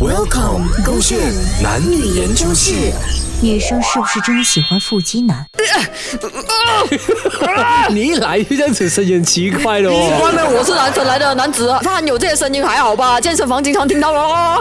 Welcome，勾线男女研究室。女生是不是真的喜欢腹肌男？你一来就这样子，声音很奇怪的奇哦。怪没有，我是男生来的男子，他有这些声音还好吧？健身房经常听到咯。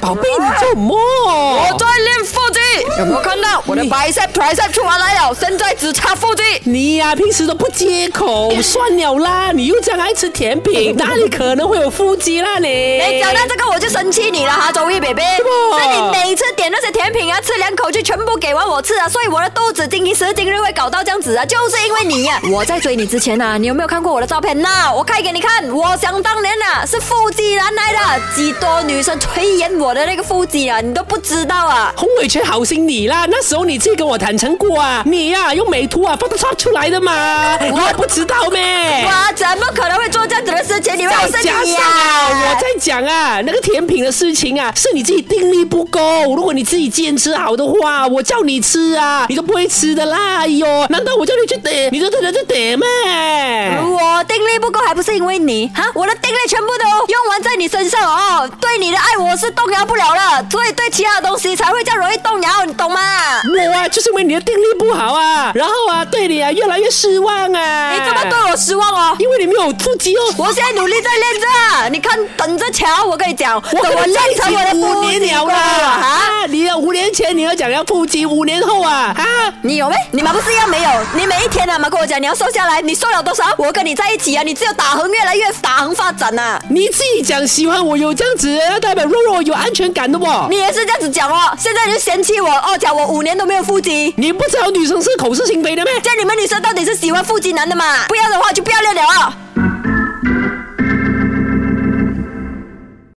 宝贝，你做梦？我在练腹肌，有没有看到我的 bicep tricep 出完来了？现在只差腹肌。你呀、平时都不接口，算了啦。你又这样爱吃甜品，哪里可能会有腹肌啦你？哎，讲到这个我就生气你了哈，周易 baby，么是你每次点那些甜品啊，吃两口就全部给完我吃啊，所以我的肚子今时今日会搞到这样子啊，就是因为你呀、我在追你之前啊，你有没有看过我的照片呐、我开给你看，我想当年呐、是腹肌男来的，几多女生垂涎我的那个腹肌啊，你都不知道啊。洪伟全好心你啦，那时候你自己跟我坦诚过啊，你呀、用美图啊 Photoshop 出来的嘛，你还不知道咩？我怎么可能会做这样子的事情？你会有生再加气上呀、啊，我在讲啊，那个甜品的事情啊，是你自己定力不够。如果你自己坚持好的话，我叫你吃啊，你都不会吃的啦。哎呦，难道我叫你去点，你就真的去点咩？我定力不够，还不是因为你哈？我的定力全部都用完在你身上哦，对你的爱我是动摇不了了，所以对其他的东西才会这样容易动摇，你懂吗？我啊，就是因为你的定力不好啊，然后啊，对你啊越来越失望啊。你这哎么对我失望哦？因为你没有腹肌哦。我现在努力在练着，你看等着瞧，我跟你讲，我等我练成我的五腹年肌了啦！啊！啊，你啊，五年前你要讲要腹肌，五年后啊啊，你有没？你们不是一样没有？你每一天啊嘛跟我讲你要瘦下来，你瘦了多少？我跟你在一起啊，你只有打横越来越打横发展啊呐、你自己讲喜欢我有这样子，代表肉肉有安全感的不？你也是这样子讲哦，现在你就嫌弃我哦，讲我五年都没有腹肌。你不知道女生是口是心非的咩？这样你们女生到底是喜欢腹肌男的嘛？不要的话就不要练了啊！